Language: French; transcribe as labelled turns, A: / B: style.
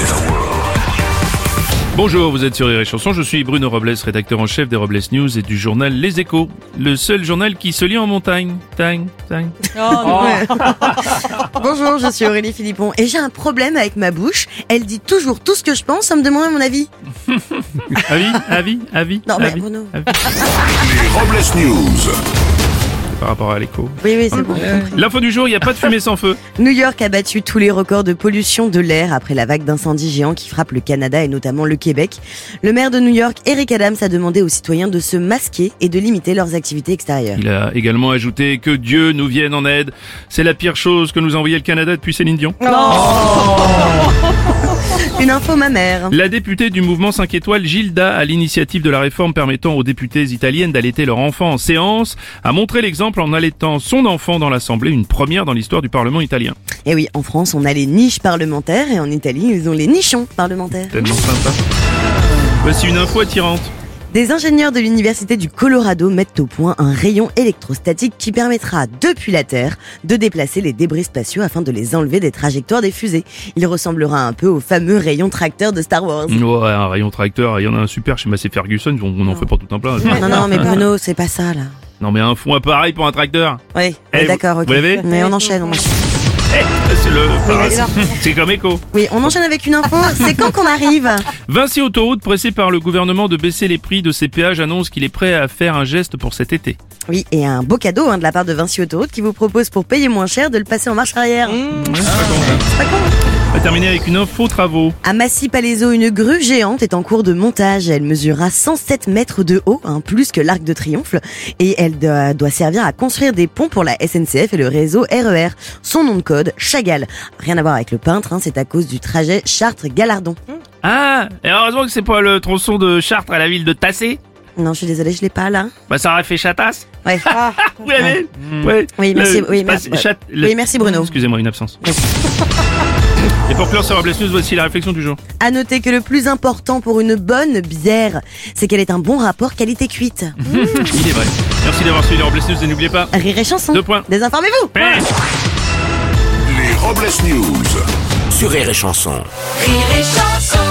A: in a world.
B: Bonjour, vous êtes sur Rire et Chanson, je suis Bruno Robles, rédacteur en chef des Robles News et du journal Les Échos, le seul journal qui se lit en montagne. Tang, tang.
C: Oh, Bonjour, je suis Aurélie Philippon et j'ai un problème avec ma bouche. Elle dit toujours tout ce que je pense sans me demander mon avis.
B: Avis, avis, avis.
C: Non, mais
B: avis,
C: Bruno.
B: avis.
A: Les Robles News.
B: Par rapport à l'écho.
C: Oui, oui, c'est bon.
B: L'info du jour, il n'y a pas de fumée sans feu.
C: New York a battu tous les records de pollution de l'air après la vague d'incendies géants qui frappe le Canada et notamment le Québec. Le maire de New York, Eric Adams, a demandé aux citoyens de se masquer et de limiter leurs activités extérieures.
B: Il a également ajouté que Dieu nous vienne en aide. C'est la pire chose que nous a envoyé le Canada depuis Céline Dion.
C: Une info ma mère.
B: La députée du mouvement 5 étoiles, Gilda, à l'initiative de la réforme permettant aux députés italiennes d'allaiter leur enfant en séance, a montré l'exemple en allaitant son enfant dans l'Assemblée, une première dans l'histoire du Parlement italien.
C: Et Eh oui, en France, on a les niches parlementaires et en Italie, ils ont les nichons parlementaires.
B: Tellement sympa. Voici une info attirante.
C: Des ingénieurs de l'université du Colorado mettent au point un rayon électrostatique qui permettra, depuis la Terre, de déplacer les débris spatiaux afin de les enlever des trajectoires des fusées. Il ressemblera un peu au fameux rayon tracteur de Star Wars.
B: Ouais, un rayon tracteur, il y en a un super chez Massey Ferguson, on, on en fait pas tout un plat.
C: Non, non,
B: Ah.
C: mais Bruno, c'est pas ça, là.
B: Non mais un fond appareil pour un tracteur.
C: Oui,
B: Eh,
C: oui, d'accord,
B: vous-
C: ok.
B: vous l'avez
C: Mais on enchaîne, on enchaîne.
B: Eh, c'est le... C'est comme écho.
C: Oui, on enchaîne avec une info. C'est quand qu'on arrive
B: 26 autoroutes pressées par le gouvernement de baisser les prix de ces péages annonce qu'il est prêt à faire un geste pour cet été.
C: Oui, et un beau cadeau hein, de la part de Vinci Autoroute qui vous propose pour payer moins cher de le passer en marche arrière.
B: Mm. Ah. On va terminer avec une info travaux.
C: À Massy-Palaiseau, une grue géante est en cours de montage. Elle mesurera 107 mètres de haut, hein, plus que l'Arc de Triomphe, et elle doit, doit servir à construire des ponts pour la SNCF et le réseau RER. Son nom de code, Chagall. Rien à voir avec le peintre, hein, c'est à cause du trajet Chartres-Galardon.
B: Ah, et heureusement que c'est pas le tronçon de Chartres à la ville de Tassé.
C: Non, je suis désolée, je l'ai pas là.
B: Bah ça aurait fait Chatasse.
C: Ouais.
B: Ah,
C: Ah,
B: Vous l'avez Hmm. Ouais.
C: Oui, merci,
B: Le-
C: oui,
B: c'est
C: merci,
B: pas-
C: ouais.
B: Chat- le-
C: Oui, merci, Bruno.
B: Excusez-moi, une absence. et pour clore sur Robles News, voici la réflexion du jour.
C: À noter que le plus important pour une bonne bière, c'est qu'elle ait un bon rapport qualité-cuite.
B: Mhm. Il est vrai. Merci d'avoir suivi les Robles News et n'oubliez pas...
C: Rire et chanson.
B: Deux points.
C: Désinformez-vous
B: Paix
A: Les Robles News.
D: Sur Rire et Chanson.
E: Rire et chanson